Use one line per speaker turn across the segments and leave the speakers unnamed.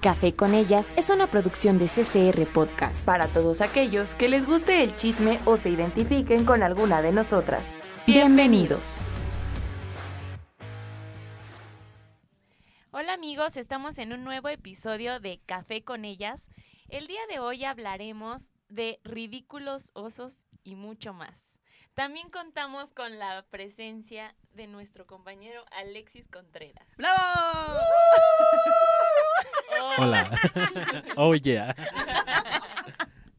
Café con ellas es una producción de CCR Podcast.
Para todos aquellos que les guste el chisme o se identifiquen con alguna de nosotras.
Bienvenidos.
Hola amigos, estamos en un nuevo episodio de Café con ellas. El día de hoy hablaremos de ridículos osos y mucho más. También contamos con la presencia de nuestro compañero Alexis Contreras.
¡Bravo!
Oh,
Hola. Oh yeah.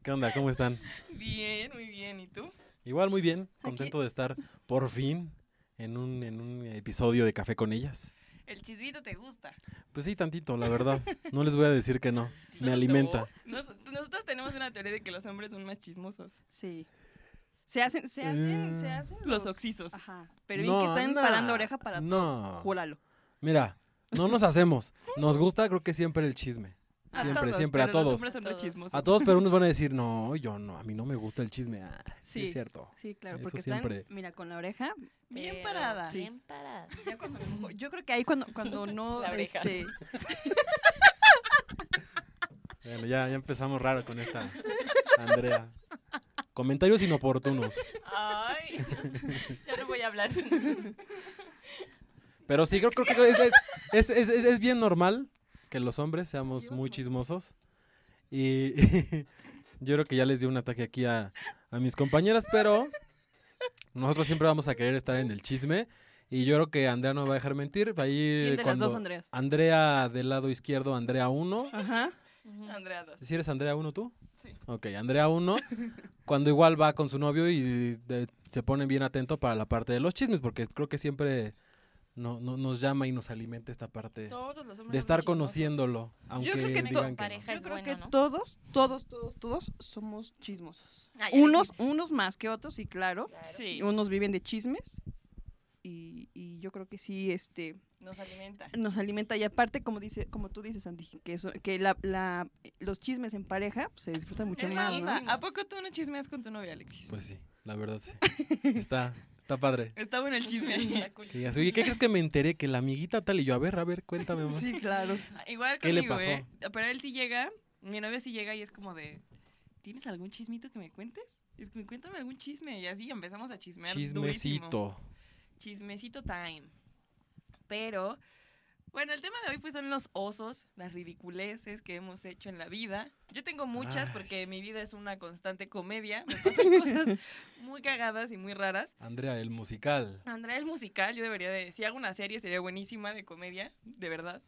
¿Qué onda? ¿Cómo están?
Bien, muy bien. ¿Y tú?
Igual muy bien, contento de estar por fin en un, en un episodio de Café con ellas.
El chismito te gusta.
Pues sí, tantito, la verdad. No les voy a decir que no. Me alimenta.
Nos- nosotros tenemos una teoría de que los hombres son más chismosos.
Sí. Se hacen, se hacen,
Eh.
se hacen
Los oxisos.
Ajá. Pero bien que están
nah,
parando oreja para todo.
No.
Júralo.
Mira, no nos hacemos. Nos gusta, creo que siempre el chisme.
A
Siempre,
todos,
siempre, a
pero Los
todos. Ah,
hombres son muy
Todos.
chismosos.
A todos, pero unos van a decir, no, yo no, a mí no me gusta el chisme. Ah, sí.
Sí.
Es cierto.
Sí, claro,
Eso
porque están,
siempre.
mira, con la oreja.
Bien
pero
parada.
Sí.
Bien parada.
ya cuando no- yo creo que ahí cuando, cuando no,
La oreja.
este,
Bueno, ya, ya empezamos raro con esta Andrea. Comentarios inoportunos.
Ay, ya no voy a hablar.
Pero sí, creo, creo que es, es- es- es- es bien normal que los hombres seamos muy chismosos. Y yo creo que ya les di un ataque aquí a, a mis compañeras, pero nosotros siempre vamos a querer estar en el chisme. Y yo creo que Andrea no me va a dejar mentir. Va a ir
¿quién de las
cuando-
dos, Andreas?
Andrea del lado izquierdo, Andrea 1.
Ajá.
Andrea dos.
¿Si eres Andrea 1 tú?
Sí.
Ok, Andrea 1, cuando igual va con su novio y de- se ponen bien atento para la parte de los chismes, porque creo que siempre no, no- nos llama y nos alimenta esta parte
Todos los
de
hombres. son
estar
muy chismosos.
conociéndolo, aunque
creo que
digan
to-
que no.
pareja.
Yo
Es
creo
bueno,
que
¿no?
todos, todos, todos, todos somos chismosos.
Ay, ay,
Unos, unos más que otros, sí, claro.
Ah, claro.
Sí.
Unos viven de chismes. Y, y yo creo que sí, este,
Nos alimenta.
nos alimenta y aparte como dice como tú dices Andy que eso que la, la- los chismes en pareja pues, se disfrutan mucho
Es
más
la
¿no?
onda. ¿A
Buenísimos.
poco tú no chismeas con tu novia, Alexis?
Pues sí, la verdad sí. Está, está padre.
Está bueno el chisme.
Está cool.
Que digas, oye, ¿qué crees que me enteré? Que la amiguita tal y yo, a ver, a ver, cuéntame más.
sí claro
Igual
¿Qué le
conmigo, ¿eh?
pasó?
Pero él sí llega, mi novio sí llega y es como de, ¿tienes algún chismito que me cuentes? Es que cuéntame algún chisme y así empezamos a chismear durísimo.
Chismecito.
Chismecito time. Pero, bueno, el tema de hoy pues son los osos, las ridiculeces que hemos hecho en la vida. Yo tengo muchas
Ay.
porque mi vida es una constante comedia. Me pasan cosas muy cagadas y muy raras.
Andrea, el musical.
Andrea el musical, yo debería de... Si hago una serie sería buenísima de comedia, de verdad.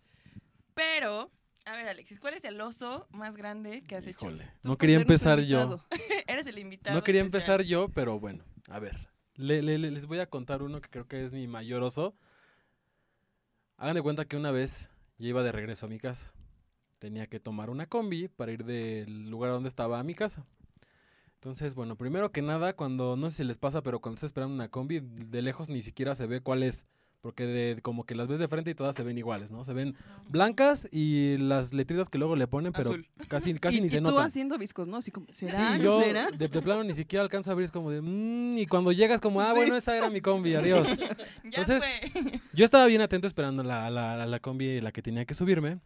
Pero, a ver Alexis, ¿cuál es el oso más grande que has Pues
Híjole. No quería empezar yo.
hecho? Eres el invitado.
No quería
especial.
empezar yo, pero bueno, a ver. Le- le- le- les voy a contar uno que creo que es mi mayor oso. Hagan de cuenta que una vez yo iba de regreso a mi casa. Tenía que tomar una combi para ir del lugar donde estaba a mi casa. Entonces, bueno, primero que nada, cuando no sé si les pasa, pero cuando estás esperando una combi, de lejos ni siquiera se ve cuál es. Porque de, como que las ves de frente y todas se ven iguales, ¿no? Se ven blancas y las letritas que luego le ponen, pero
Azul.
casi, casi
y,
ni
y
se
tú
notan.
haciendo viscos no así como será
Sí,
¿No
yo
será?
de, de plano ni siquiera alcanzo a abrir, es como de, "Mm", y cuando llegas como, ah, bueno, esa era mi combi, adiós.
Ya
Entonces,
fue.
Yo estaba bien atento esperando la, la, la combi, la que tenía que subirme,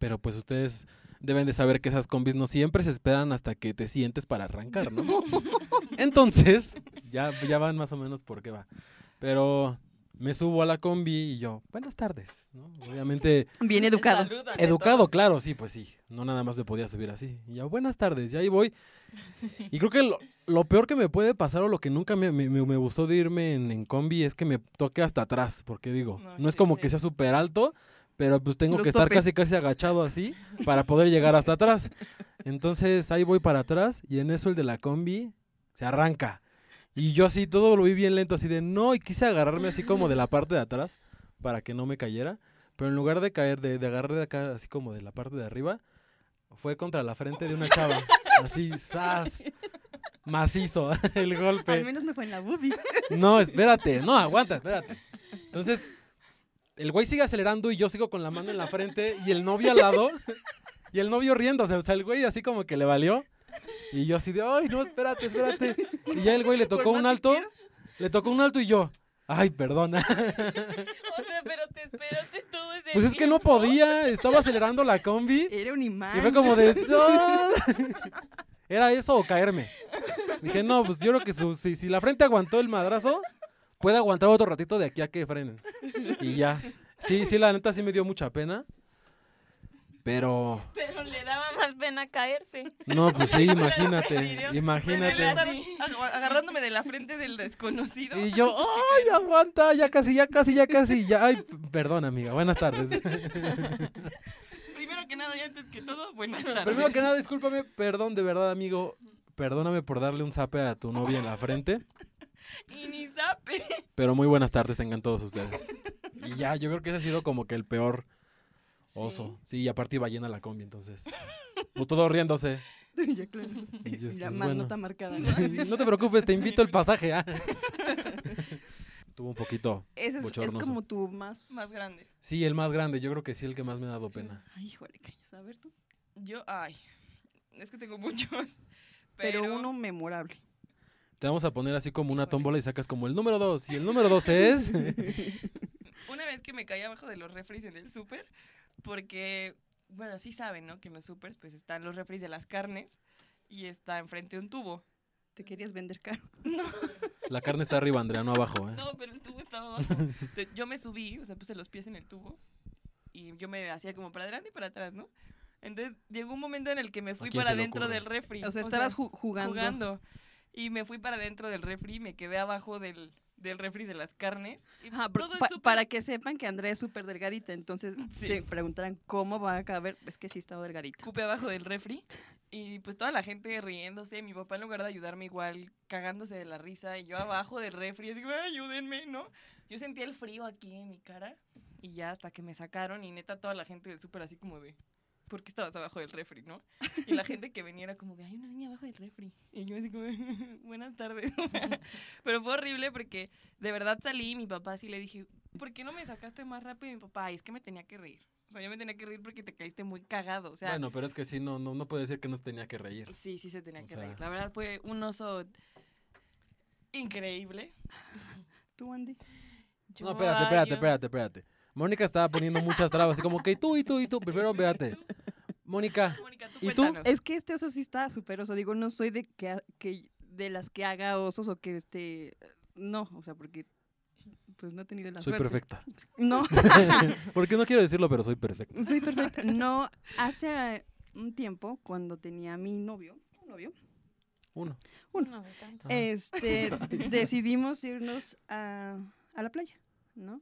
pero pues ustedes deben de saber que esas combis no siempre se esperan hasta que te sientes para arrancar, ¿no? Entonces, ya, ya van más o menos por qué va. Pero me subo a la combi y yo, buenas tardes, ¿no? Obviamente
bien educado
Saluda ante
Educado, claro, sí, pues sí. No nada más le podía subir así. Y ya, buenas tardes, ya ahí voy. Y creo que lo, lo peor que me puede pasar o lo que nunca me, me- me- me gustó de irme en, en combi es que me toque hasta atrás, porque digo,
No,
no,
sí,
es como
sí.
que sea súper alto, pero pues tengo
Los
que estar
topes.
casi casi agachado así para poder llegar hasta atrás. Entonces ahí voy para atrás y en eso el de la combi se arranca. Y yo así todo lo vi bien lento, así de no, y quise agarrarme así como de la parte de atrás para que no me cayera. Pero en lugar de caer, de, de agarrar de acá, así como de la parte de arriba, fue contra la frente de una chava. Así, ¡zas! Macizo el
al
golpe.
menos no fue en la boobie
No, espérate, no, aguanta, espérate. Entonces, el güey sigue acelerando y yo sigo con la mano en la frente y el novio al lado y el novio riendo. O sea, el güey así como que le valió. Y yo así de, ay, no, espérate, espérate. Y ya el güey le tocó
más
un
que
alto,
quiero.
le tocó un alto y yo, ay, perdona.
O sea, pero te esperaste todo ese
Pues es que no podía, estaba acelerando la combi.
Era un imán.
Y fue como de... "No". Era eso o caerme. Dije, no, pues yo creo que su- si, si la frente aguantó el madrazo, puede aguantar otro ratito de aquí a que frenen. Y ya. Sí, sí, la neta sí me dio mucha pena. Pero...
Pero le daba más pena caerse.
No, pues sí,
el
imagínate.
video.
Imagínate.
Estar ag- agarrándome de la frente del desconocido.
Y yo, ay, aguanta, ya casi, ya casi, ya casi, ya. Ay, p- perdón, amiga, buenas tardes.
Primero que nada y antes que todo, buenas tardes.
Primero que nada, discúlpame, perdón, de verdad, amigo. Perdóname por darle un zape a tu novia en la frente.
Y ni sape.
Pero muy buenas tardes tengan todos ustedes. Y ya, yo creo que ese ha sido como que el peor oso. Sí, y aparte iba llena la combi, entonces. Pues todo riéndose.
Ya, claro.
Y yo,
Mira,
pues,
más
bueno.
nota marcada. ¿no?
Sí, sí, no te preocupes, te invito el pasaje. ah. Tuvo un poquito.
Ese es, es
Bochornoso.
como tu más...
Más grande.
Sí, el más grande, yo creo que sí, el que más me ha dado pena.
Ay, híjole, cañas. A ver tú.
Yo, ay. Es que tengo muchos.
Pero, uno memorable.
Te vamos a poner así como una tómbola y sacas como el número 2. Y el número 2 es.
Una vez que me caí abajo de los refries en el súper, porque, bueno, sí saben, ¿no? Que en los súpers pues están los refries de las carnes y está enfrente un tubo.
Te querías vender caro.
La carne está arriba, Andrea, no abajo. ¿eh?
No, pero el tubo estaba abajo. Entonces, yo me subí, o sea, puse los pies en el tubo y yo me hacía como para adelante y para atrás, ¿no? Entonces llegó un momento en el que me fui
¿A quién
para
se le
adentro
ocurre?
del refri.
O sea, estabas ju- jugando.
jugando. Y me fui para adentro del refri y me quedé abajo del, del refri de las carnes. Y
Ajá, pero
todo el
pa-
súper-
para que sepan que Andrea es súper delgadita, entonces
Sí.
se preguntarán cómo va a caber. Es que sí estaba delgadita.
escupe abajo del refri. Y pues toda la gente riéndose, mi papá en lugar de ayudarme igual, cagándose de la risa, y yo abajo del refri, así, "Ay, ayúdenme, ¿no? Yo sentía el frío aquí en mi cara, y ya hasta que me sacaron, y neta toda la gente del súper así como de, ¿por qué estabas abajo del refri, no? Y la gente que venía era como de, hay una niña abajo del refri. Y yo así como de, buenas tardes. Pero fue horrible porque de verdad salí, y mi papá así le dije, ¿por qué no me sacaste más rápido? Y mi papá, "Ay, es que me tenía que reír. O sea, yo me tenía que reír porque te caíste muy cagado, o sea...
bueno, pero es que sí, no, no, no puede decir que no se tenía que reír.
Sí, sí se tenía
O
que reír.
sea-
La verdad fue un oso increíble.
¿Tú, Andy?
Yo-
No, espérate,
ay,
espérate,
yo-
espérate, espérate. Mónica estaba poniendo muchas trabas, así como que y tú, y tú, y tú. Primero, espérate. Mónica,
Mónica, tú
¿Y tú?
cuéntanos.
Es que este oso sí está súper oso. Digo, no soy de que, ha- que de las que haga osos o que este no, o sea, porque pues no he tenido la
soy
suerte.
perfecta.
No,
Porque no quiero decirlo, pero soy perfecta.
soy perfecta. No, hace un tiempo cuando tenía a mi novio, novio,
Uno.
No, de tanto.
Ajá.
este, decidimos irnos a, a la playa, ¿no?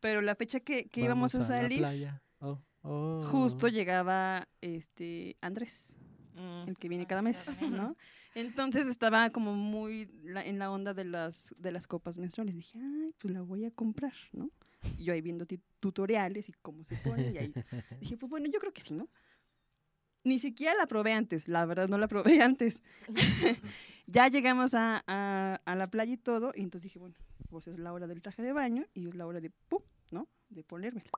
Pero la fecha que, que íbamos a
Vamos la
salir,
playa. Oh, oh.
justo llegaba este Andrés,
Mm,
el que viene cada mes, ¿no? Entonces estaba como muy la- en la onda de las, de las copas menstruales. Dije, ay, pues la voy a comprar, ¿no? Y yo ahí viendo ti- tutoriales y cómo se pone. Y ahí dije, pues bueno, yo creo que sí, ¿no? Ni siquiera la probé antes, la verdad no la probé antes. ya llegamos a, a- a la playa y todo, y entonces dije, bueno, pues es la hora del traje de baño y es la hora de, ¡pum! ¿no? De ponérmela.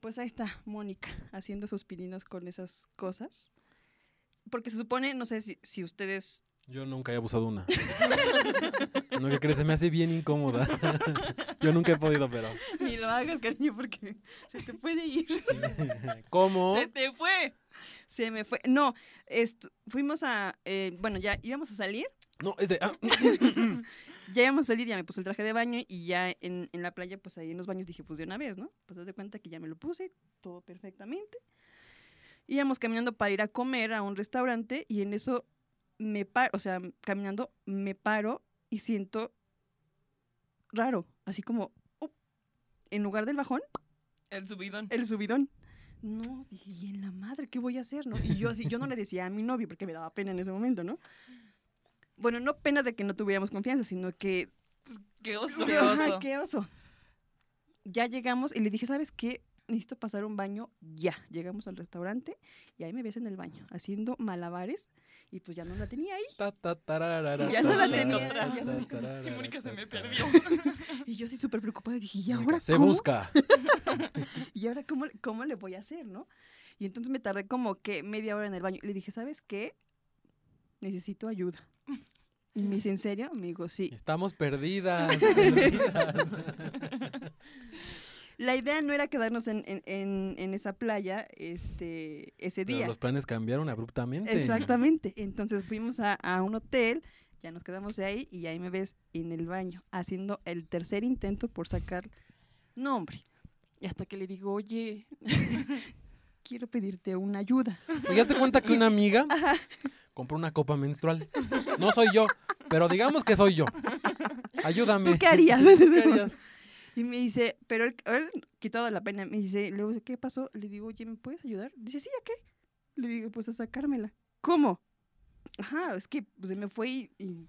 Pues ahí está Mónica haciendo sus pininos con esas cosas. Porque se supone, no sé si, si ustedes.
Yo nunca he abusado de una. No, que crees, se me hace bien incómoda. Yo nunca he podido, pero.
Ni lo hagas, cariño, porque se te puede ir.
¿Cómo?
¡Se te fue!
Se me fue. No, estu- fuimos a. eh, bueno, ya íbamos a salir.
No, es de. ah,
Ya íbamos a salir, ya me puse el traje de baño y ya en, en la playa, pues ahí en los baños dije, pues de una vez, ¿no? Pues haz de cuenta que ya me lo puse, todo perfectamente. Íbamos caminando para ir a comer a un restaurante y en eso me paro, o sea, caminando me paro y siento raro, así como, ¡up! en lugar del bajón,
El subidón.
el subidón. No, dije, y en la madre, ¿qué voy a hacer? No? Y yo así, yo no le decía a mi novio porque me daba pena en ese momento, ¿no? Bueno, no pena de que no tuviéramos confianza, sino que
¡Qué oso!
Ajá, Ah, qué oso. Ya llegamos y le dije, ¿sabes qué? Necesito pasar un baño ya. Llegamos al restaurante y ahí me ves en el baño haciendo malabares y pues ya no la tenía ahí.
ta, ta, tararara,
Ya no la
tarara,
tenía.
ta,
Ya
ta,
no-
tarara,
Y Mónica se
ta,
me
ta.
perdió.
Y yo así súper preocupada dije, ¿y
Mónica,
ahora
Se
cómo?
busca.
¿Y ahora cómo, cómo le voy a hacer, no? Y entonces me tardé como que media hora en el baño. Le dije, ¿sabes qué? Necesito ayuda. Y me dice, ¿en serio? Me digo, sí.
Estamos perdidas. perdidas.
La idea no era quedarnos en, en- en- en esa playa este, ese
Pero
día.
los planes cambiaron abruptamente.
Exactamente. Entonces fuimos a, a un hotel, ya nos quedamos ahí y ahí me ves en el baño haciendo el tercer intento por sacar nombre. Y hasta que le digo, oye, quiero pedirte una ayuda.
Oye, hazte cuenta que una amiga compró una copa menstrual. No soy yo, pero digamos que soy yo. Ayúdame.
¿Tú qué harías?
¿Tú qué harías?
Y me dice, pero él, él, quitado la pena, me dice, luego, dice, ¿qué pasó? Le digo, oye, ¿me puedes ayudar? Dice, sí, ¿a qué? Le digo, pues a sacármela. ¿Cómo? Ajá, es que pues, se me fue y, y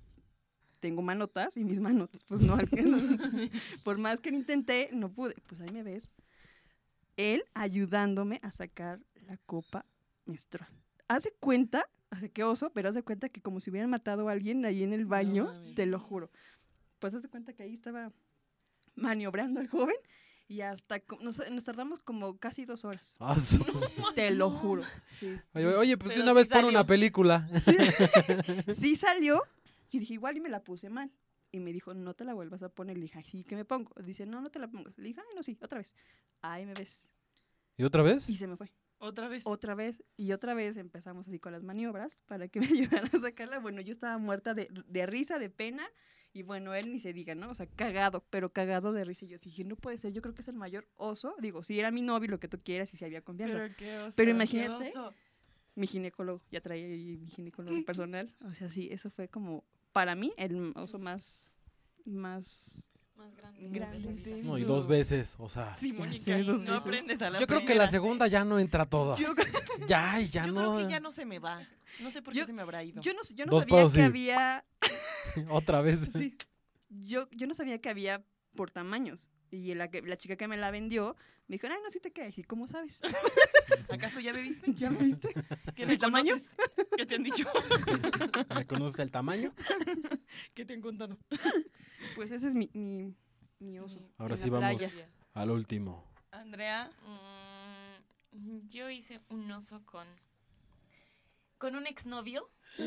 tengo manotas y mis manotas, pues no, alcanzan. por más que lo intenté, no pude. Pues ahí me ves. Él ayudándome a sacar la copa menstrual. Hace cuenta, hace que oso, pero hace cuenta que como si hubieran matado a alguien ahí en el baño,
mames.
te lo juro. Pues hace cuenta que ahí estaba maniobrando al joven y hasta co- nos, nos tardamos como casi dos horas.
Ah, su-
Te lo juro. Sí.
Oye, oye, pues de
Pero
una
sí
vez pon
salió.
una película.
sí salió. Yo dije, igual y me la puse mal. Y me dijo, no te la vuelvas a poner. Le dije, ay, sí, que me pongo. Dice, no, no te la pongo. Le dije, ay, no, sí, otra vez. Ahí me ves.
¿Y otra vez?
Y se me fue.
Otra vez.
Otra vez. Y otra vez empezamos así con las maniobras para que me ayudara a sacarla. Bueno, yo estaba muerta de, de risa, de pena. Y bueno, él ni se diga, ¿no? O sea, cagado, pero cagado de risa. Y yo dije, no puede ser, yo creo que es el mayor oso. Digo, si era mi novio, lo que tú quieras, y si había confianza.
Pero qué oso,
Pero
qué
imagínate.
oso.
mi ginecólogo, ya traía ahí mi ginecólogo personal. O sea, sí, eso fue como, para mí, el oso más, más...
Más grande.
Grande.
No, y dos veces, o sea.
Sí, Mónica,
sé,
y
dos
no
veces.
aprendes a la
Yo creo que la
primera.
segunda ya no entra toda.
Yo,
Ya, ya
Yo
no.
creo que ya no se me va. No sé por qué
Yo-
se me habrá ido.
yo no, yo no
Dos
sabía que
pasos, sí.
había...
Otra vez.
sí, yo, yo no sabía que había por tamaños. Y la, que- la chica que me la vendió me dijo, ay, no, sí te caes. ¿Y cómo sabes?
¿Acaso ya me viste?
¿Ya me viste?
¿Que me
¿El tamaño?
conoces? ¿Qué te han dicho?
¿Me conoces el tamaño?
¿Qué te han contado?
Pues ese es mi, mi, mi oso.
Ahora
en
sí
la
vamos
playa.
al último.
Ah, Andrea,
Mm, yo hice un oso con. con un exnovio. o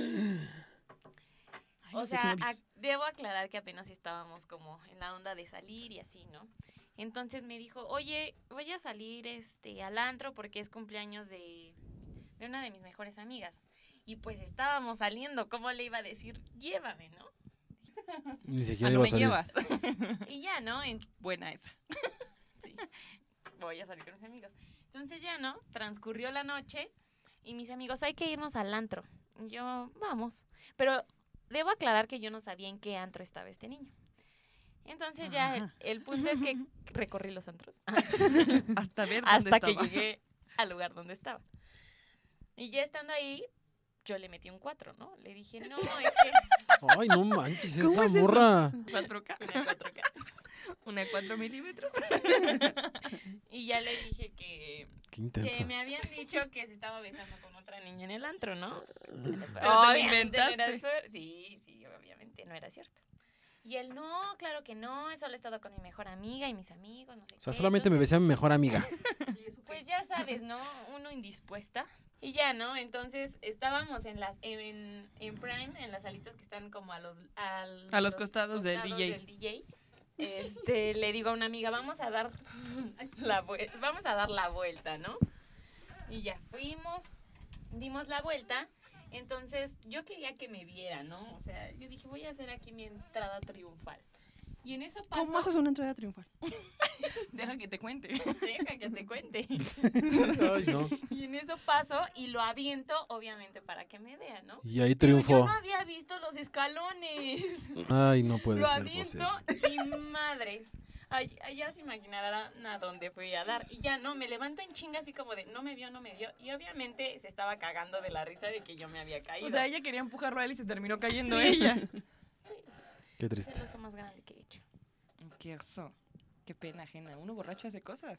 los
sea,
exnovios.
ac- debo aclarar que apenas estábamos como en la onda de salir y así, ¿no? Entonces me dijo, oye, voy a salir este, al antro porque es cumpleaños de, de una de mis mejores amigas. Y pues estábamos saliendo, ¿cómo le iba a decir? Llévame, ¿no?
Ni
ah,
siquiera
no
iba a
me
salir.
llevas.
Y ya, ¿no? En-
Buena esa.
sí, voy a salir con mis amigos. Entonces ya, ¿no? Transcurrió la noche y mis amigos, hay que irnos al antro. Y yo, vamos. Pero debo aclarar que yo no sabía en qué antro estaba este niño. Entonces ya, el, el punto es que recorrí los antros
Hasta ver dónde
hasta que
estaba.
llegué al lugar donde estaba. Y ya estando ahí, yo le metí un 4, ¿no? Le dije, no, es que...
Ay, no manches,
¿Cómo
esta
es eso?
morra.
4K,
Una 4K.
una 4 milímetros.
Y ya le dije que,
Qué
que
intensa.
me habían dicho que se estaba besando con otra niña en el antro, ¿no?
Pero te lo
Obviamente no era
inventaste.
cier- sí, sí, obviamente no era cierto. Y él, no, claro que no, solo he estado con mi mejor amiga y mis amigos, no sé
O sea,
qué".
solamente me
Entonces,
besé a mi mejor amiga.
Pues ya sabes, ¿no? Uno indispuesta. Y ya, ¿no? Entonces estábamos en las en, en Prime, en las salitas que están como a los al-
A los costados del DJ.
DJ. Este, le digo a una amiga, vamos a dar la vue- vamos a dar la vuelta, ¿no? Y ya fuimos, dimos la vuelta. Entonces, yo quería que me viera, ¿no? O sea, yo dije, voy a hacer aquí mi entrada triunfal. Y en eso pasó.
¿Cómo haces una entrada triunfal?
Deja que te cuente.
Deja que te cuente.
Ay, no.
Y en eso paso y lo aviento, obviamente, para que me vean, ¿no?
Y ahí
Pero Yo
triunfó.
no había visto los escalones.
Ay, no puede
lo
ser posible.
aviento y madres. Ay, ay, ya se imaginarán a dónde fui a dar. Y ya no, me levanto en chinga así como de no me vio, no me vio. Y obviamente se estaba cagando de la risa de que yo me había caído.
O sea, ella quería empujarlo a él y se terminó cayendo ella.
Qué
es el
triste.
oso más grande que he hecho.
Qué oso. Qué pena ajena. Uno borracho hace cosas.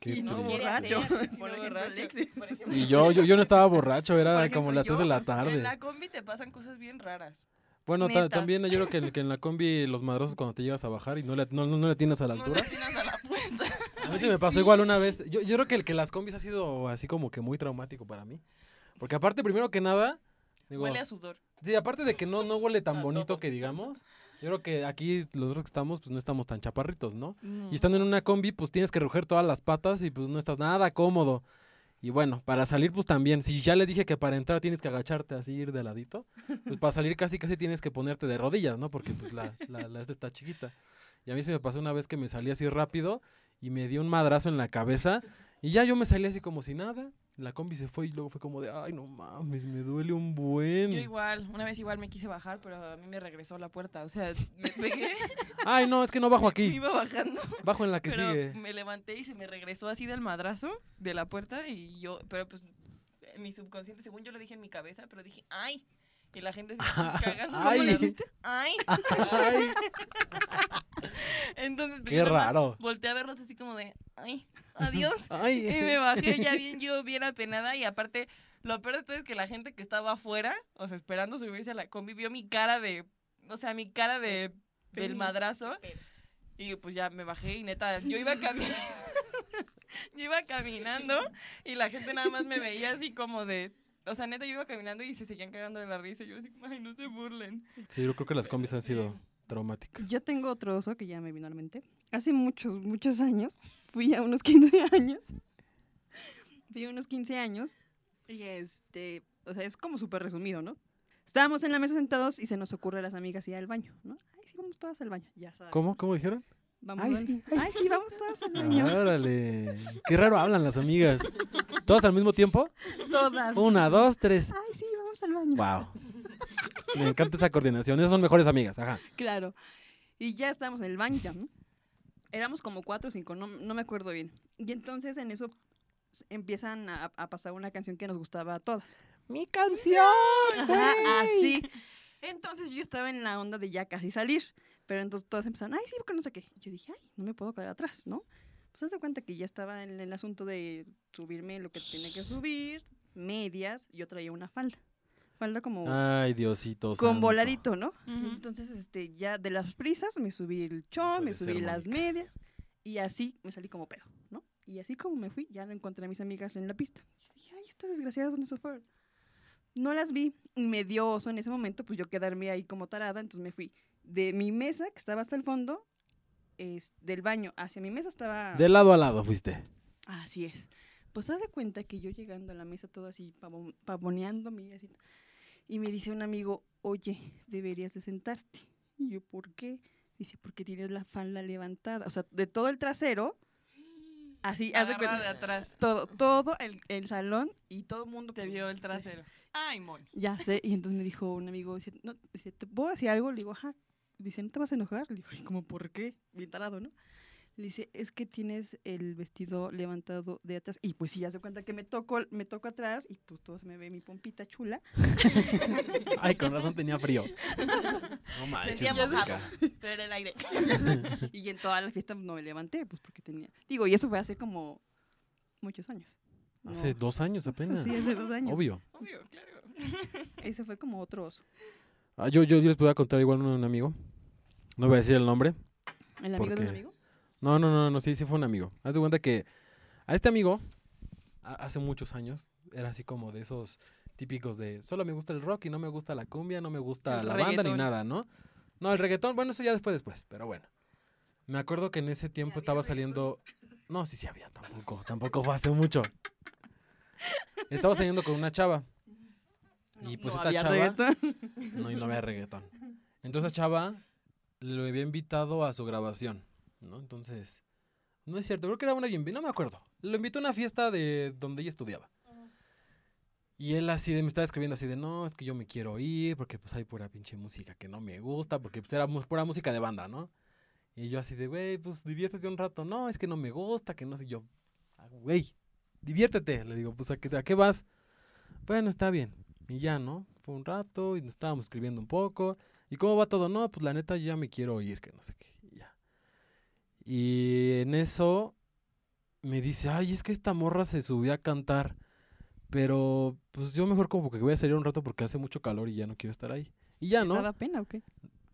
Qué
y no
triste.
quiere
borracho.
hacer.
Por
No
ejemplo,
borracho.
Alexis.
Por ejemplo,
Y yo, yo, yo no estaba borracho, era
Por ejemplo,
como las 3 de
yo,
la
En
tarde.
la combi te pasan cosas bien raras.
Bueno, ta-
neta.
también yo creo que, en- que en la combi los madrosos cuando te llegas a bajar y no le, no, no- no le tienes a la
No le
altura.
atinas a la puerta.
A mí se me pasó igual una vez. Yo, yo creo que el que las combis ha sido así como que muy traumático para mí. Porque aparte, primero que nada, digo,
Huele a sudor.
sí, aparte de que no, no huele tan
A
bonito
todo.
que digamos, Yo creo que aquí los dos que estamos, pues no estamos tan chaparritos, ¿no? Y estando en una combi, pues tienes que ruger todas las patas y pues no estás nada cómodo. Y bueno, para salir, pues también. Si ya les dije que para entrar tienes que agacharte así, ir de ladito, pues para salir casi casi tienes que ponerte de rodillas, ¿no? Porque pues la, la, la esta está chiquita. Y a mí se me pasó una vez que me salí así rápido y me dio un madrazo en la cabeza. Y ya yo me salí así como si nada. La combi se fue y luego fue como de, ay, no mames, me duele un buen.
Yo igual, una vez igual me quise bajar, pero a mí me regresó la puerta. O sea, me pegué,
Ay, no, es que no bajo
me
aquí.
iba bajando,
Bajo en la que
pero
sigue.
me levanté y se me regresó así del madrazo de la puerta y yo, pero pues en mi subconsciente, según yo lo dije en mi cabeza, pero dije, ay, y la gente se cagando.
Ay.
¿Cómo le hiciste? Ay.
Ay,
Entonces,
qué
nada más
raro.
Volteé a verlos así como de, ay, adiós.
Ay.
Y me bajé ya bien, yo bien apenada. Y aparte, lo peor de todo es que la gente que estaba afuera, o sea, esperando subirse a la combi, vio mi cara de, o sea, mi cara de, del madrazo. Y pues ya me bajé y neta, yo iba caminando. yo iba caminando y la gente nada más me veía así como de. O sea, neta, yo iba caminando y se seguían cagando de la risa. Y yo así, ay, no se burlen.
Sí, yo creo que las combis han sido traumáticas.
Yo tengo otro oso que ya me vino a la mente. Hace muchos, muchos años, fui a unos 15 años. Fui a unos 15 años y este, o sea, es como súper resumido, ¿no? Estábamos en la mesa sentados y se nos ocurre a las amigas ir al baño, ¿no? Ay, sí, vamos todas al baño, ya sabes.
¿Cómo? ¿Cómo dijeron?
Vamos
Ay,
al-
sí,
Ay, sí, Ah. vamos todas al baño.
Órale. Qué raro hablan las amigas. ¿Todas al mismo tiempo?
Todas.
Una, dos, tres.
Ay, sí, vamos al baño.
Wow. Me encanta esa coordinación. Esas son mejores amigas. Ajá.
Claro. Y ya estábamos en el baño, ya, ¿no? Éramos como cuatro o cinco, no, no me acuerdo bien. Y entonces en eso s- empiezan a, a pasar una canción que nos gustaba a todas.
Mi canción.
Ajá, así. Entonces yo estaba en la onda de ya casi salir. Pero entonces todas empezaron, ay, sí, porque no sé qué. Yo dije, ay, no me puedo quedar atrás, ¿no? Pues hace cuenta que ya estaba en el asunto de subirme lo que tenía que subir, medias, yo traía una falda. Falda como
Ay, Diosito.
Oh. con
santo.
voladito, ¿no?
Ujú.
Entonces, este, ya de las prisas me subí el chón, me
puede ser,
subí las
Mónica.
medias y así me salí como pedo, ¿no? Y así como me fui, ya no encontré a mis amigas en la pista. Yo dije, ay, estas desgraciadas, ¿dónde se fueron? No las vi y me dio oso en ese momento, pues yo quedarme ahí como tarada, entonces me fui de mi mesa, que estaba hasta el fondo, es, del baño hacia mi mesa estaba...
De lado a lado fuiste.
Así es. Pues haz de cuenta que yo llegando a la mesa todo así, pavo- pavoneándome y así. Y me dice un amigo, oye, deberías de sentarte. Y yo, ¿por qué? Dice, porque tienes la falda levantada. O sea, de todo el trasero, así, haz de
Agarrada
cuenta.
de atrás.
Todo, todo el, el salón y todo el mundo.
Te
pues,
vio el
sí,
trasero. Ay, mon.
ya sé. Y entonces me dijo un amigo, dice, no, dice, ¿te puedo decir algo? Le digo, ajá. Dice, ¿no te vas a enojar? Le digo, ¿y cómo por qué? Bien tarado, ¿no? Le dice, es que tienes el vestido levantado de atrás. Y pues sí, ya se cuenta que me toco, me toco atrás y pues todo se me ve mi pompita chula.
Ay, con razón tenía frío. No manches,
Sentía mojado.
Mónica.
Pero el aire.
y en toda la fiesta no me levanté, pues porque tenía... Digo, y eso fue hace como muchos años. No, pues
Hace dos años apenas.
Sí, hace dos años.
Obvio.
Obvio, claro.
Ese fue como otro oso.
Ah, yo, yo, yo les voy a contar igual uno de un amigo. No voy a decir el nombre.
¿El amigo
¿Por
de un
qué?
amigo?
No, no, no, no, sí, sí fue un amigo. Haz de cuenta que a este amigo, a- hace muchos años, era así como de esos típicos de solo me gusta el rock y no me gusta la cumbia, no me gusta
El
la banda ni
reggaetón.
nada, ¿no? No, el reggaetón, bueno, eso ya fue después, pero bueno. Me acuerdo que en ese tiempo
había
estaba saliendo. No, sí, sí había, tampoco, tampoco fue hace mucho. Estaba saliendo con una chava. Y pues esta
había
chava.
reggaetón.
No, y no había reggaetón. Entonces, a Chava lo había invitado a su grabación, ¿no? Entonces, no es cierto, creo que era una bien, no me acuerdo. Lo invitó a una fiesta de donde ella estudiaba. Y él así de, me estaba escribiendo así de, no, es que yo me quiero ir porque pues hay pura pinche música que no me gusta, porque pues era mu- pura música de banda, ¿no? Y yo así de, güey, pues diviértete un rato. No, es que no me gusta, que no sé. Yo, "Ah, güey, diviértete. Le digo, pues ¿a qué, a qué vas? Bueno, está bien. Y ya, ¿no? Fue un rato y nos estábamos escribiendo un poco. ¿Y cómo va todo? No, pues la neta, yo ya me quiero ir, que no sé qué. Y ya. Y en eso me dice, ay, es que esta morra se subió a cantar. Pero pues yo mejor como que voy a salir un rato porque hace mucho calor y ya no quiero estar ahí. Y ya, ¿no?
¿Daba pena o qué?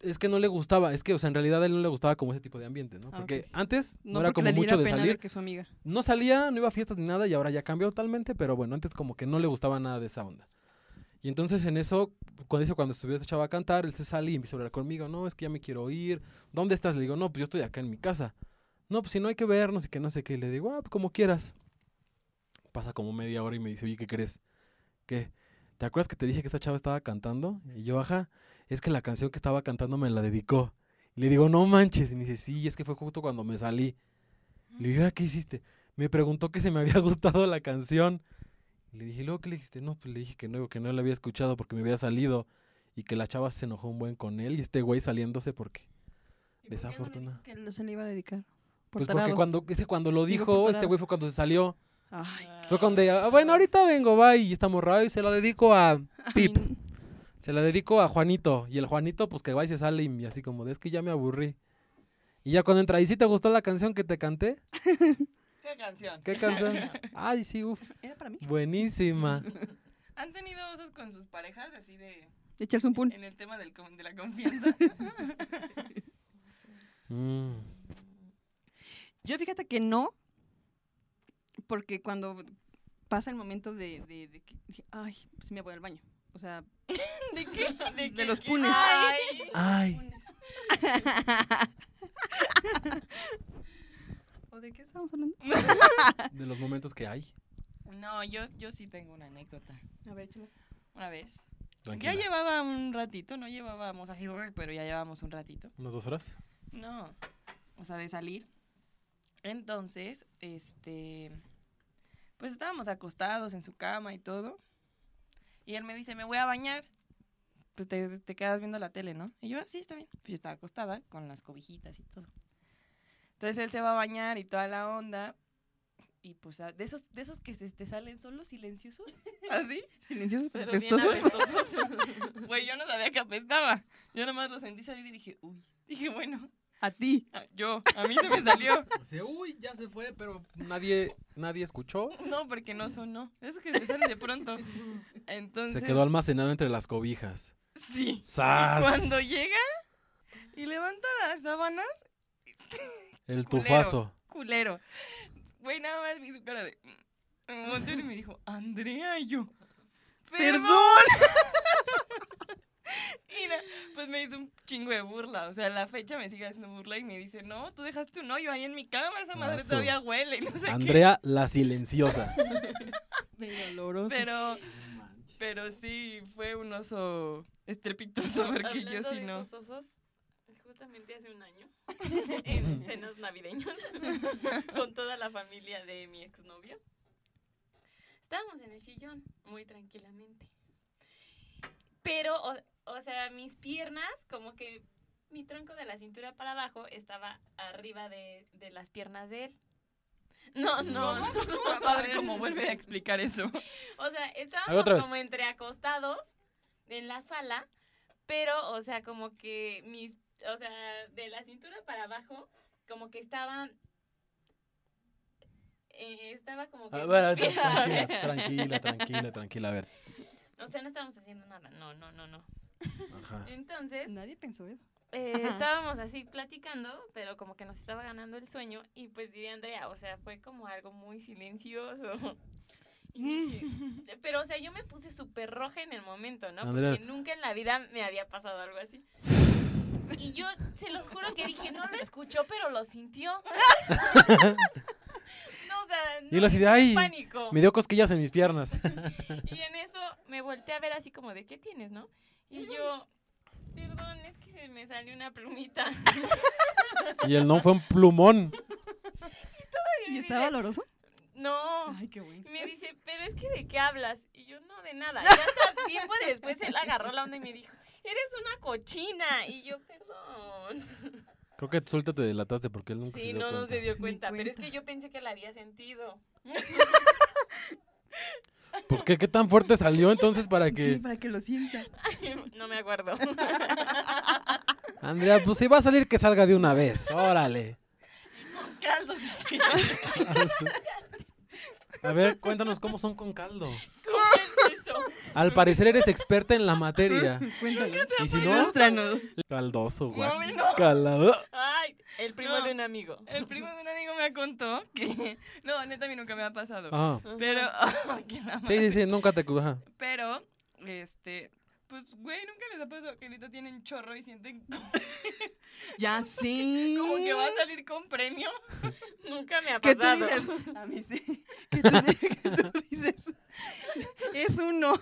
es que no le gustaba, es que, o sea, en realidad a él no le gustaba como ese tipo de ambiente, ¿no?
Ah,
Porque
ok.
antes no,
No,
era
porque
como
le diera
mucho de
pena
salir.
que su amiga.
No salía, no iba a fiestas ni nada y ahora ya cambió totalmente, pero bueno, antes como que no le gustaba nada de esa onda. Y entonces en eso, cuando dice, cuando estuviera esta chava a cantar, él se sale y empieza a hablar conmigo, no, es que ya me quiero ir, ¿dónde estás? Le digo, no, pues yo estoy acá en mi casa. No, pues si no hay que vernos y que no sé qué. Y Le digo, ah, pues como quieras. Pasa como media hora y me dice, oye, ¿qué crees? ¿Qué? ¿Te acuerdas que te dije que esta chava estaba cantando? Y yo, ajá, es que la canción que estaba cantando me la dedicó. Y le digo, no manches. Y me dice, sí, es que fue justo cuando me salí. Le digo, ¿y ahora qué hiciste? Me preguntó que se me había gustado la canción. Y le dije, ¿y luego qué le dijiste? No, pues le dije que no, que no la había escuchado porque me había salido. Y que la chava se enojó un buen con él y este güey saliéndose porque...
¿Y por qué no le dijo
Desafortuna.
Que no se le iba a dedicar. Por
Pues porque
tarado?
cuando, ese cuando lo
Digo,
dijo,
por
este
tarado.
güey fue cuando se salió.
Ay,
Fue cuando, ella, "Ah, bueno, ahorita vengo, va, y está morrado y se la dedico a Pip.
ay,
Se la dedico a Juanito. Y el Juanito, pues que va y se sale y así como, de, es que ya me aburrí. Y ya cuando entra, ¿y si te gustó la canción que te canté?
¿Qué canción?
¿Qué canción? Ay, sí, uff,
Era para mí.
buenísima.
¿Han tenido osos con sus parejas así de...
Echarse un pun.
En el tema del con- de la confianza.
Mm.
Yo fíjate que no, porque cuando pasa el momento de, de- de que dije, ay, sí me voy al baño. O sea,
¿De qué?
de, los punes.
Ay,
¿O de qué estamos hablando?
de los momentos que hay.
No, yo, yo sí tengo una anécdota.
A ver, échale.
Una vez.
Tranquila.
Ya llevaba un ratito, no llevábamos así, pero ya llevábamos un ratito.
¿Unas dos horas?
No. O sea, de salir. Entonces, este. Pues estábamos acostados en su cama y todo. Y él me dice, me voy a bañar. Pues te, te quedas viendo la tele, ¿no? Y yo, "Ah, sí, está bien. Pues yo estaba acostada con las cobijitas y todo. Entonces él se va a bañar y toda la onda. Y pues a- de esos, de esos que se te salen solos silenciosos. ¿Así?
Silenciosos
Pero bien
pestosos.
Güey, yo no sabía que apestaba. Yo nomás lo sentí salir y dije, uy. Dije, bueno,
A ti.
Ah, Yo, a mí se me salió.
uy, ya se fue, pero nadie, nadie escuchó.
No, porque no sonó. Es que se sale de pronto. Entonces.
Se quedó Ah, almacenado entre las cobijas.
Sí.
¡Sas!
Cuando llega y levanta las sábanas,
El
culero.
tufazo.
culero. Güey, nada más vi su cara de. "Mm". Me volteó y me dijo, Andrea, y yo. ¡Perdón! y na- pues me hizo un chingo de burla. O sea, la fecha me sigue haciendo burla y me dice, no, tú dejaste un hoyo ahí en mi cama, esa madre
Aso.
todavía huele. y No sé qué.
Andrea la silenciosa.
Pero oloroso.
Pero, pero sí, fue un oso estrepitoso porque yo
Hablando
sí
de
no.
esos osos, justamente hace un año, en cenas navideñas, con toda la familia de mi exnovio, estábamos en el sillón muy tranquilamente. Pero, o, o sea, mis piernas, como que mi tronco de la cintura para abajo estaba arriba de, de las piernas de él. No, no, no.
A ver cómo vuelve a explicar eso.
O sea,
A ver, otra
estábamos
vez.
como entre acostados en la sala, pero, o sea, como que mis, o sea, de la cintura para abajo, como que estaban, eh, estaba como que,
A
mis
ver, a ver,
pies-
Ah, tranquila, tranquila, tranquila, tranquila, a ver.
o sea, no estábamos haciendo nada, no, no, no, no.
Ajá.
Entonces,
Nadie pensó eso.
eh, estábamos así platicando, pero como que nos estaba ganando el sueño y pues diría Andrea, o sea, fue como algo muy silencioso. Y dije, pero, o sea, yo me puse súper roja en el momento, ¿no?
Andrea.
Porque nunca en la vida me había pasado algo así. Y yo se los juro que dije, no lo escuchó, pero lo sintió. No, o sea, no,
Y lo así de,
entré en
"Ay,
pánico.
Me dio cosquillas en mis piernas.
Y en eso me volteé a ver así como, ¿de qué tienes, no? Y yo, perdón, es que se me salió una plumita.
Y el no fue un plumón.
Y
¿Y
me
está
dice,
oloroso?
No.
Ay, qué bueno.
Y me dice, pero es que de qué hablas. Y yo, no, de nada. Y hasta tiempo después él agarró la onda y me dijo, eres una cochina. Y yo, perdón.
Creo que suelta te delataste porque él nunca se
Sí,
dio
no, no
cuenta.
se dio cuenta. Pero es
cuenta.
que yo pensé que la había sentido.
Pues ¿qué, qué tan fuerte salió entonces para que.
Sí, para que lo sienta.
No me acuerdo.
Andrea, pues si va a salir que salga de una vez. Órale.
Caldo
A ver, cuéntanos cómo son con caldo.
¿Cómo es eso?
Al parecer eres experta en la materia.
Cuéntalo.
Y si no,
Ilústranos.
caldoso, güey.
No, no.
Calado.
Ay, el primo
No.
de un amigo.
El primo de un amigo me contó
Ah.
que. No, neta, a mí nunca me ha pasado.
Ajá.
Pero. que la
Sí,
madre.
sí, sí, nunca te. Ajá.
Pero. Este, pues, güey, nunca les ha pasado que ahorita tienen chorro y sienten
Ya sí.
como que va a salir con premio.
Nunca me ha
¿Qué tú
pasado.
dices? A mí sí. ¿Qué tú, di- qué tú dices? Es un no.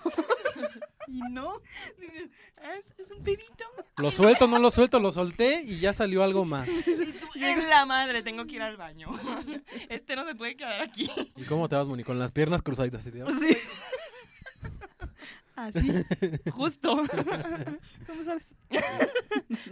Y no.
Dices, "Ah, es, es un pedito.
Lo suelto, no lo suelto, lo solté y ya salió algo más.
Y tú, en la madre, tengo que ir al baño. Este no se puede quedar aquí.
¿Y cómo te vas, Moni? Con las piernas cruzaditas. así de-
Sí. Así.
Justo.
¿Cómo sabes?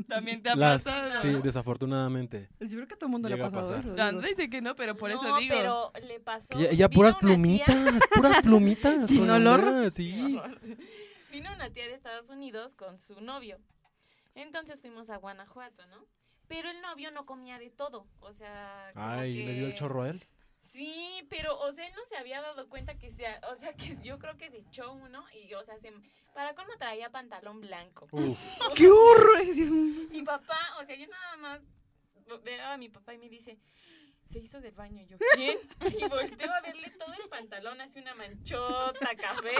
También te ha
Las-
pasado.
sí, desafortunadamente.
Yo creo que a todo el mundo le
Llega
ha
a
pasado
pasar.
eso.
André dice que no, pero por eso
No,
digo.
pero le pasó.
Ya, ya
vino
puras
una tía-
plumitas, puras plumitas.
Sin
con
olor.
olor, Sí.
Vino una tía de Estados Unidos con su novio. Entonces fuimos a Guanajuato, ¿no? Pero el novio no comía de todo. O sea. como
Ay, le dio el
que-
chorro a él.
Sí, pero, o sea, él no se había dado cuenta que sea. O sea, que yo creo que se echó uno y, o sea, se, para colmo traía pantalón blanco.
Uf,
¡Qué horror! Ese sí es un-
Mi papá, o sea, yo nada más veo a mi papá y me dice, se hizo del baño. Y yo, ¿quién? Y volteo a verle todo el pantalón, así una manchota, café.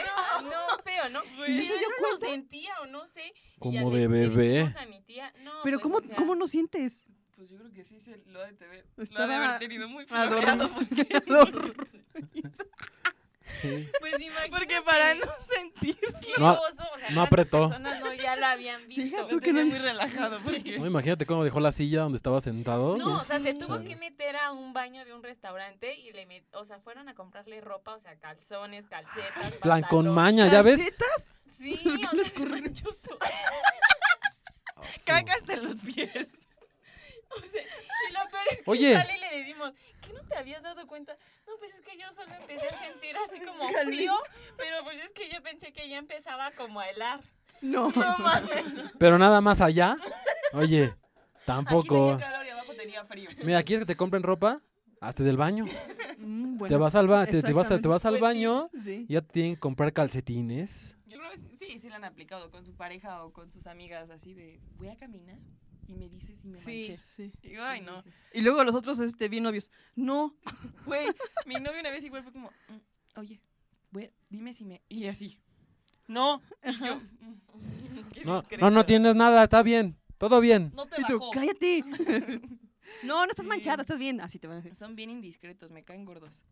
No, feo, ¿no? Pero
¿No se
yo
dio
no lo sentía o no sé. Y ya
como
le-
de
le
bebé.
dijimos a mi tía, no,
Pero
pues,
¿cómo,
o sea,
¿cómo no sientes?
Pues yo creo que sí se lo ha de tener. Lo ha de
Estaba
haber tenido muy
adormido.
floreado porque,
Adormido.
Sí.
Pues imagínate.
porque para no sentir.
qué
No-
oso, o sea,
no
cuántas
apretó.
personas no ya lo habían
Deja
visto.
tú
Lo
que no
tenía
hay-
muy relajado porque.
No, imagínate cómo dejó la silla donde estaba sentado.
No, o
Uf,
sea, se tuvo
chale.
que meter a un baño de un restaurante y le met- o sea, fueron a comprarle ropa, o sea, calzones, calcetas,
plan con
pantalón.
maña, ¿ya ves?
¿Calcetas?
Sí,
¿Por qué
o
le
sea, se manchó todo.
Caca hasta en los pies.
O sea, y lo peor es que
Oye.
sale y le decimos, ¿qué no te habías dado cuenta? No, pues es que yo solo empecé a sentir así como frío, pero pues es que yo pensé que ya empezaba como a helar.
No.
No mames.
Pero nada más allá. Oye,
Aquí
tampoco.
tenía calor y abajo tenía frío.
Mira, ¿quieres que te compren ropa? Hazte del baño.
Mm, bueno.
te vas al ba- te, te vas, te
exactamente.
vas al
Pues sí.
baño.
Sí.
Ya te tienen que comprar calcetines.
Yo creo que sí- sí, sí la han aplicado con su pareja o con sus amigas así de voy a caminar y me dices si me manché.
Sí.
Y digo, ay no.
Y luego los otros este, bien novios. No.
Güey, mi novio una vez igual fue como, "Mm, oye, güey, dime si me. Y así. No. Y yo, "Mm, qué
No,
discreto".
no, no tienes nada, está bien. Todo bien.
No te
Y tú,
bajó.
cállate. No, no estás
Sí.
manchada, estás bien. Así te van a decir.
Son bien indiscretos, me caen gordos.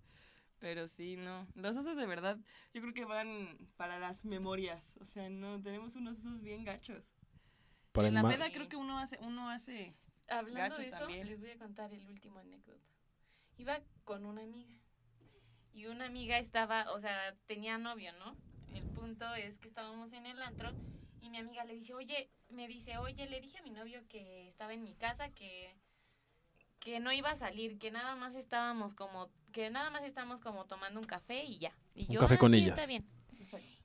Pero sí, no. Los osos de verdad, yo creo que van para las memorias. O sea, no, tenemos unos osos bien gachos.
Para
en
el
la
ma-
peda creo que uno hace, uno hace.
Hablando
Gachos
de eso,
también.
les voy a contar el último anécdota. Iba con una amiga y una amiga estaba, o sea, tenía novio, ¿no? El punto es que estábamos en el antro y mi amiga le dice, oye, me dice, oye, le dije a mi novio que estaba en mi casa, que, que no iba a salir, que nada más estábamos como, que nada más estábamos como tomando un café y ya. Y
Un
yo,
café
"Ah,
con
sí,
ellas".
Está bien.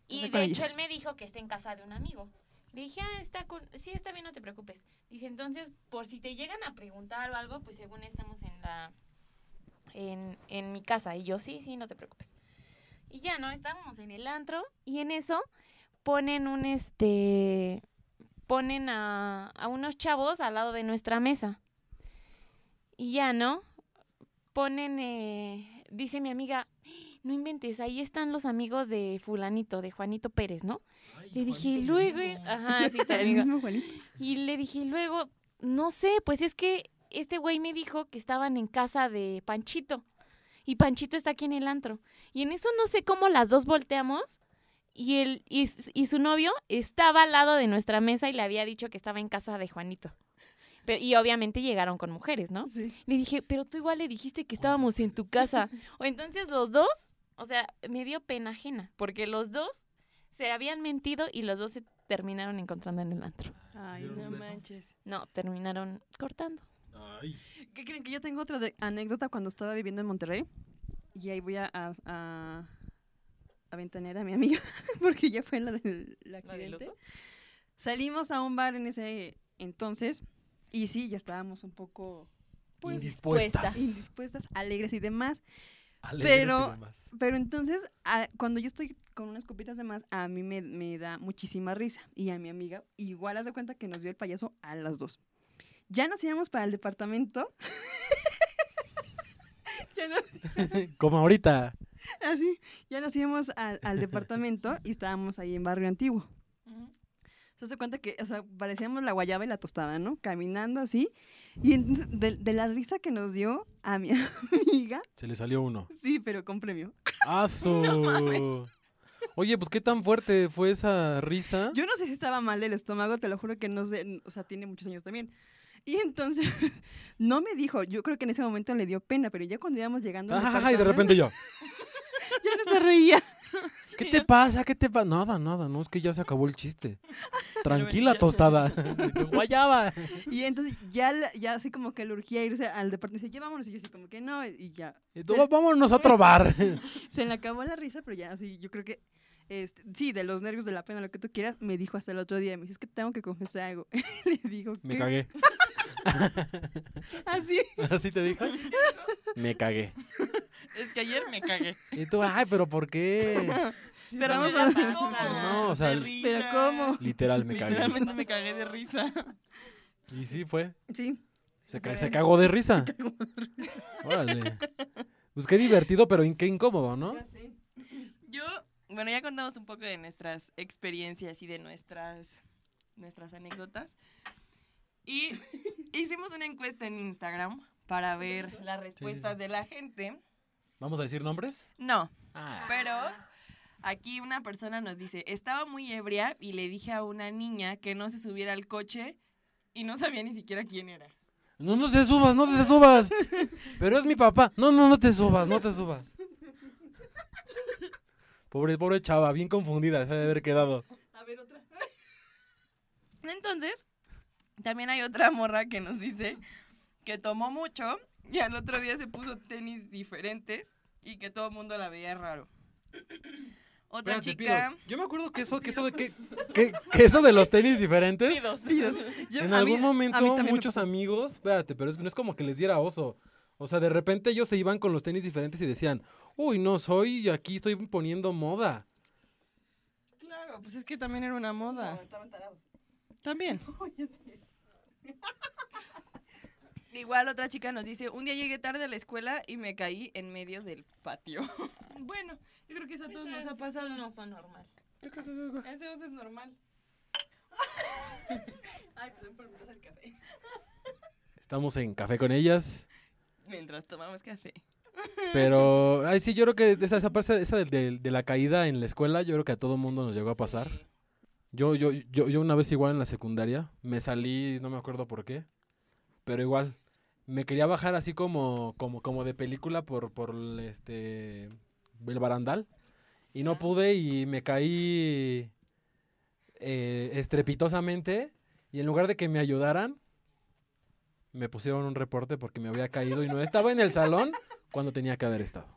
Y
Café con
de hecho
ellas.
él me dijo que está en casa de un amigo. Le dije, ah, está con... sí, está bien, no te preocupes. Dice, entonces, por si te llegan a preguntar o algo, pues según estamos en la... En, en mi casa. Y yo, sí, sí, no te preocupes. Y ya, ¿no? Estábamos en el antro y en eso ponen un, este... Ponen a, a unos chavos al lado de nuestra mesa. Y ya, ¿no? Ponen, eh, dice mi amiga, no inventes, ahí están los amigos de fulanito, de Juanito Pérez, ¿no? le dije, "Y luego, ajá, sí, te lo
El
digo.
mismo Juanito.
Y le dije, "Y luego, no sé, pues es que este güey me dijo que estaban en casa de Panchito. Y Panchito está aquí en el antro. Y en eso no sé cómo las dos volteamos. Y, él, y, s- y su novio estaba al lado de nuestra mesa y le había dicho que estaba en casa de Juanito. Pero, y obviamente llegaron con mujeres, ¿no?
Sí.
Le dije, pero tú igual le dijiste que estábamos en tu casa. O entonces los dos, o sea, me dio pena ajena, porque los dos se habían mentido y los dos se terminaron encontrando en el antro.
Ay,
dieron
no
un beso.
manches.
No, terminaron cortando.
Ay.
¿Qué creen que yo tengo otra de- anécdota cuando estaba viviendo en Monterrey? Y ahí voy a, a, a, a ventanear a mi amiga, porque ya fue la del el accidente. Salimos a un bar en ese entonces, y sí, ya estábamos un poco pues,
Indispuestas.
indispuestas, alegres y demás.
Alegres y
pero-
demás.
Pero entonces, a- cuando yo estoy con unas copitas de más, a mí me, me da muchísima risa. Y a mi amiga, igual haz de cuenta que nos dio el payaso a las dos. Ya nos íbamos para el departamento. ya nos-
Como ahorita.
Así, Ah, ya nos íbamos al- al departamento y estábamos ahí en Barrio Antiguo.
Ujú.
Se hace cuenta que, o sea, parecíamos la guayaba y la tostada, ¿no? Caminando así. Y entonces, de, de la risa que nos dio a mi amiga,
Se le salió uno.
sí, pero con premio.
¡Aso! ¡Ah, Oye, pues qué tan fuerte fue esa risa.
Yo no sé si estaba mal del estómago, te lo juro que no sé, n- o sea, tiene muchos años también. Y entonces, no me dijo, yo creo que en ese momento le dio pena, pero ya cuando íbamos llegando... al
Ah, y de
departamento,
repente yo.
Ya no se reía.
¿Qué te pasa? ¿Qué te pasa? Nada, nada, no, es que ya se acabó el chiste. Tranquila,
ya.
tostada. Guayaba.
Y entonces ya, la- ya así como que le urgía irse al departamento, dice, ya vámonos, y yo así como que no, y ya.
Y tú, vámonos a otro bar.
Se le acabó la risa, pero ya así, yo creo que, este, sí, de los nervios, de la pena, lo que tú quieras, me dijo hasta el otro día, me dice, es que tengo que confesar algo. le digo,
Me
"¿Qué?".
cagué. ¿Ah,
Así,
¿Así te dijo? Me cagué.
Es que ayer me cagué.
Y tú, ay, pero ¿por qué?
Pero
vamos
me
a-
la pasó
No, o sea,
de
el-
risa.
pero ¿cómo?
Literal, me cagué.
Literalmente me cagué de risa.
Y sí fue.
Sí,
Se, ca- se cagó de risa. Órale. Pues qué divertido, pero in- qué incómodo, ¿no?
ya sé.
Yo, bueno, ya contamos un poco de nuestras experiencias y de nuestras, nuestras anécdotas. Y hicimos una encuesta en Instagram para ver las respuestas de la gente.
¿Vamos a decir nombres?
No,
Ah.
pero aquí una persona nos dice, estaba muy ebria y le dije a una niña que no se subiera al coche y no sabía ni siquiera quién era.
No, no te subas, no te subas. Pero es mi papá. No, no, no te subas, no te subas. Pobre, pobre chava, bien confundida, se debe haber quedado.
A ver, otra.
Entonces, también hay otra morra que nos dice que tomó mucho y al otro día se puso tenis diferentes y que todo el mundo la veía raro. Otra
Espérate,
chica.
Pido, Yo me acuerdo que eso, que eso de que, que- que eso de los tenis diferentes.
Yo-
en
a mí-
algún
a mí
momento
también me
muchos amigos, espérate, pero es que no es como que les diera oso. O sea, de repente ellos se iban con los tenis diferentes y decían, uy, no, soy aquí, estoy poniendo moda.
Claro, pues es que también era una moda. También. Igual otra chica nos dice, un día llegué tarde a la escuela y me caí en medio del patio. bueno, yo creo que eso a todos nos ha pasado.
No son normal.
Ese oso es normal. Ay, perdón por empezar café.
Estamos en café con ellas.
Mientras tomamos café.
Pero, ay, sí, yo creo que esa, esa parte esa del- del- de, la caída en la escuela, yo creo que a todo mundo nos llegó a pasar.
Sí.
Yo, yo, yo, yo una vez igual en la secundaria, me salí, no me acuerdo por qué, pero igual, me quería bajar así como, como, como de película por, por el, este, el barandal y no pude y me caí eh, estrepitosamente y en lugar de que me ayudaran, me pusieron un reporte porque me había caído y no estaba en el salón cuando tenía que haber estado.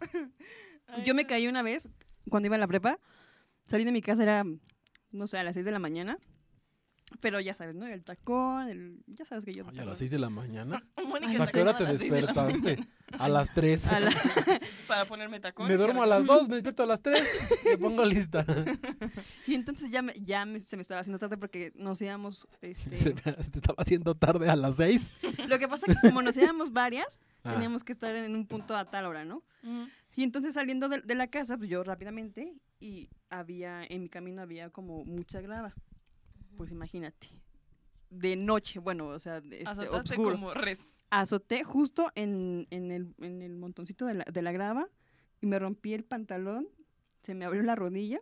Yo me caí una vez cuando iba a la prepa. Salí de mi casa, era, no sé, a las 6 de la mañana. Pero ya sabes, ¿no? El tacón, el- ya sabes que yo...
Oye, a
tacón.
las 6 de la mañana.
Mónica
Ah,
O sea, ¿a qué
se
hora
llama
te
a las seis de la mañana
despertaste? A las 3.
A la-
Para ponerme tacón.
Me duermo a las 2, me despierto a las 3, me pongo lista.
Y entonces ya, me- ya me- se me estaba haciendo tarde porque nos íbamos... este,
Se me- te estaba haciendo tarde a las Ah. 6.
Lo que pasa es que como nos íbamos varias,
Ah.
teníamos que estar en un punto a tal hora, ¿no? Y entonces saliendo de, de la casa, pues yo rápidamente, y había, en mi camino había como mucha grava. Pues imagínate. De noche, bueno, o sea, de- este,
Azotaste
oscuro.
como res.
Azoté justo en, en el, en el montoncito de la, de la grava y me rompí el pantalón, se me abrió la rodilla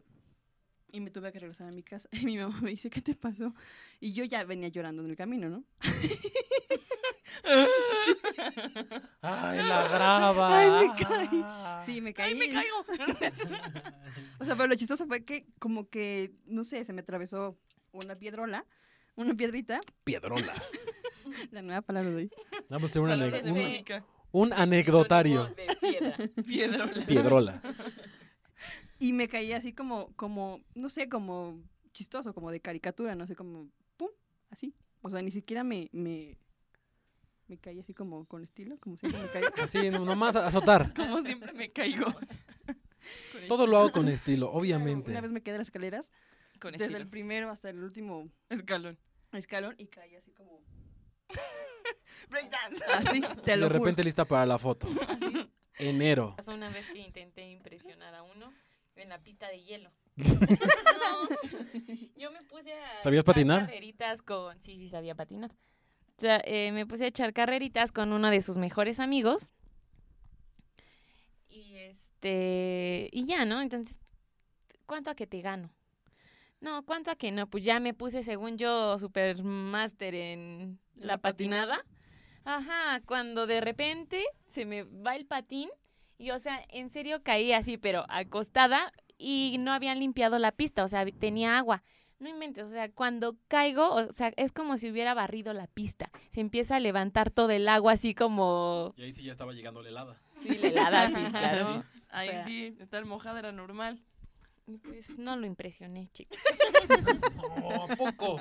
y me tuve que regresar a mi casa. Y mi mamá me dice, ¿qué te pasó? Y yo ya venía llorando en el camino, ¿no?
¡Ay, la grava!
Ay, me caí. Sí, me caí.
Ah. ¡Ay, me caigo!
O sea, pero lo chistoso fue que como que, no sé, se me atravesó una piedrola, una piedrita,
Piedrola.
la nueva palabra de hoy.
Vamos a hacer una ane-
Palabras de
un,
Mónica.
un anecdotario.
Piedrola.
Piedrola.
Y me caí así como, como, no sé, como chistoso, como de caricatura, no sé, como, pum, así. O sea, ni siquiera me, me, me caí así como con estilo, como siempre me caí.
Así, nomás a- azotar.
Como siempre me caigo. Con el-
Todo lo hago con estilo, obviamente.
Una vez me quedé en las escaleras,
Con
desde
estilo.
el primero hasta el último
escalón.
escalón y caí así como,
Breakdance.
así, te
De
lo juro.
repente lista para la foto. enero.
Pasó una vez que intenté impresionar a uno en la pista de hielo. No, yo me puse a
¿Sabías
echar
patinar?
carreritas con... Sí, sí, sabía patinar. O sea, eh, me puse a echar carreritas con uno de sus mejores amigos. Y este... Y ya, ¿no? Entonces, ¿cuánto a que te gano? No, ¿cuánto a que no? Pues ya me puse, según yo, super máster en
En
la
la patinada.
patinada. Ajá, cuando de repente se me va el patín y, o sea, en serio caí así, pero acostada y no habían limpiado la pista, o sea, tenía agua. No inventes, o sea, cuando caigo, o sea, es como si hubiera barrido la pista. Se empieza a levantar todo el agua así como...
Y ahí sí ya estaba llegando la helada.
Sí, la helada, sí,
Ah.
claro.
Ahí
sea-
sí, estar mojada era normal.
Y Pues no lo impresioné, chicos.
No, ¿a poco?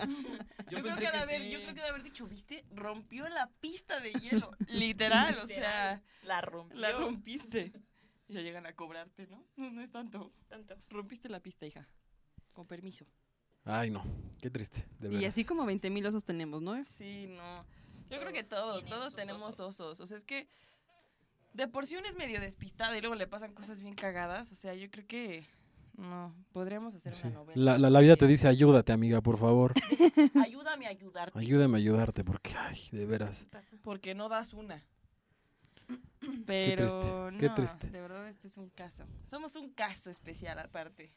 Yo, creo que, de haber, yo creo que de haber dicho, viste, rompió la pista de hielo. Literal, o sea,
La rompí.
la rompiste. Y ya llegan a cobrarte, ¿no? No, no es tanto. Tanto. Rompiste la pista, hija. Con permiso.
Ay, no. Qué triste, de
Y
veras.
así como 20 mil osos tenemos, ¿no?
Sí, no. Yo creo que
Todos
todos,
tienen
todos
sus
tenemos
osos.
osos. O sea, es que de por sí uno es medio despistada y luego le pasan cosas bien cagadas. O sea, yo creo que no. Podríamos hacer
Sí.
una novela.
La, la- la vida te dice, ayúdate, amiga, por favor.
Ayúdame a ayudarte.
Ayúdame a ayudarte, porque, ay, de veras.
Pasa.
Porque no das una.
Qué
Pero
triste, qué
no,
triste.
de verdad este es un caso. Somos un caso especial aparte.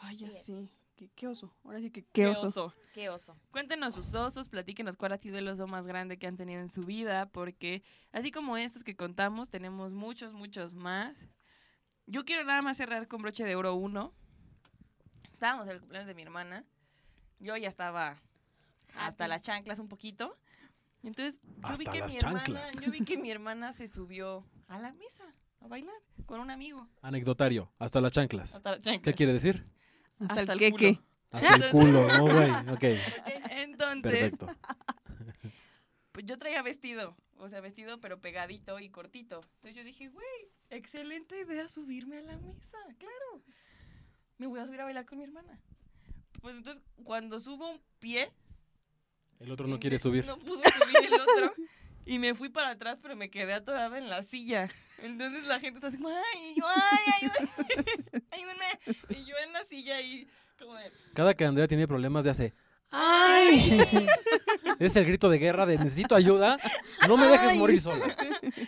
Ay, ya
Así
sí.
es.
¿Qué, qué oso? Ahora sí que qué, oso.
Qué oso.
Cuéntenos sus osos, platíquenos cuál ha sido el oso más grande que han tenido en su vida, porque así como estos que contamos, tenemos muchos, muchos más. Yo quiero nada más cerrar con broche de oro uno. Estábamos en el cumpleaños de mi hermana. Yo ya estaba hasta
Happy.
las chanclas un poquito. Entonces, yo vi
Hasta
que
las
mi hermana,
chanclas.
yo vi que mi hermana se subió a la mesa a bailar con un amigo.
Anecdotario, hasta las chanclas.
Hasta las chanclas.
¿Qué quiere decir?
Hasta,
Hasta
el
el
queque.
Hasta el culo, no, güey. Ok,
Entonces,
perfecto.
pues yo traía vestido, o sea, vestido pero pegadito y cortito. Entonces yo dije, güey, excelente idea subirme a la mesa, claro. Me voy a subir a bailar con mi hermana. Pues entonces, cuando subo un pie...
El otro no
me-
quiere subir.
No pudo subir el otro. Y me fui para atrás, pero me quedé atorada en la silla. Entonces la gente está así, como, ay, y yo, ay, ayúdenme, ayúdenme. Y yo en la silla ahí, como de,
Cada que Andrea tiene problemas de hace. ¡Ay! es el grito de guerra de necesito ayuda, no me dejes morir sola.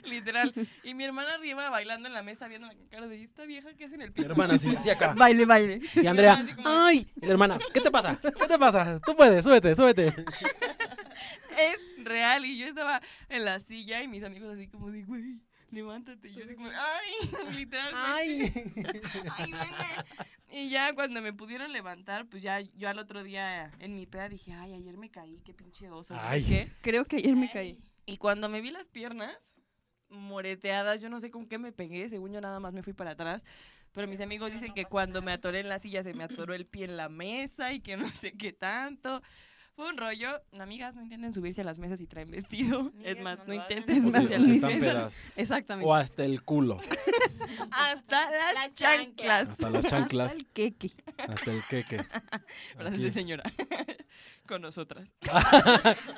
Literal. Y mi hermana arriba bailando en la mesa viéndome con cara de esta vieja que hace en el
Mi
piso.
hermana sí, sí acá.
Baile, baile.
Y Andrea, ¡ay! Y la hermana, ¿qué te pasa? ¿Qué te pasa? Tú puedes, súbete, súbete.
Es real. Y yo estaba en la silla y mis amigos así como de, güey, levántate. Y yo así como, ay, literal. güey,
¡Ay!
ay, duele". Y ya cuando me pudieron levantar, pues ya yo al otro día en mi peda dije, ay, ayer me caí, qué pinche oso. no sé
Ay.
qué.
Creo que ayer me caí.
Y cuando me vi las piernas moreteadas, yo no sé con qué me pegué, según yo nada más me fui para atrás. Pero mis amigos dicen que cuando me atoré en la silla se me atoró el pie en la mesa y que no sé qué tanto. Fue un rollo. Amigas, no intenten subirse a las mesas y traen vestido. es
Amigas,
más,
no
no,
lo hagan.
intenten
Es
O si-
más,
o si
subirse a
ni
las
están
siempre-
mesas.
pedas.
Exactamente.
O hasta el culo.
Hasta las
Las chanclas.
chanclas.
Hasta las chanclas,
Hasta el queque.
hasta el queque.
Frases
Aquí.
de señora. Con nosotras.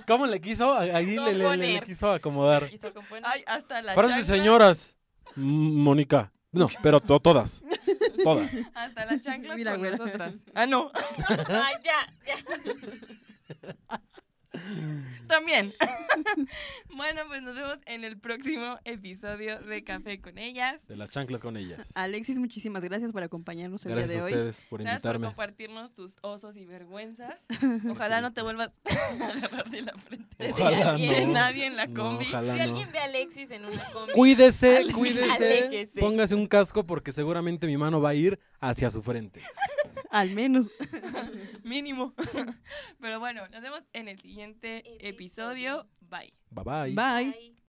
¿Cómo le quiso? Ahí le, le- le- le quiso acomodar.
Quiso componer.
Ay, hasta las
Frases de
chanclas.
señoras. Mm, Mónica. No, pero to- todas. Todas.
Hasta las chanclas
Mira,
con
güera.
nosotras. Ah, no.
Ay, ya, ya.
También. bueno, pues nos vemos en el próximo episodio de Café con ellas.
De las chanclas con ellas.
Alexis, muchísimas gracias por acompañarnos Ah, el
Gracias
día de
a
hoy.
ustedes por
Gracias por
invitarme.
compartirnos tus osos y vergüenzas. Ojalá no te vuelvas a agarrar de la frente de
Ojalá
nadie,
no.
nadie en la
No,
combi.
Si
ojalá no.
alguien ve a Alexis en una combi,
Cuídese,
Ale-
cuídese.
aléjese.
Póngase un casco porque seguramente mi mano va a ir hacia su frente.
Al menos.
Mínimo. Pero bueno, nos vemos en el siguiente episodio. Bye.
Bye bye.
Bye.
ay.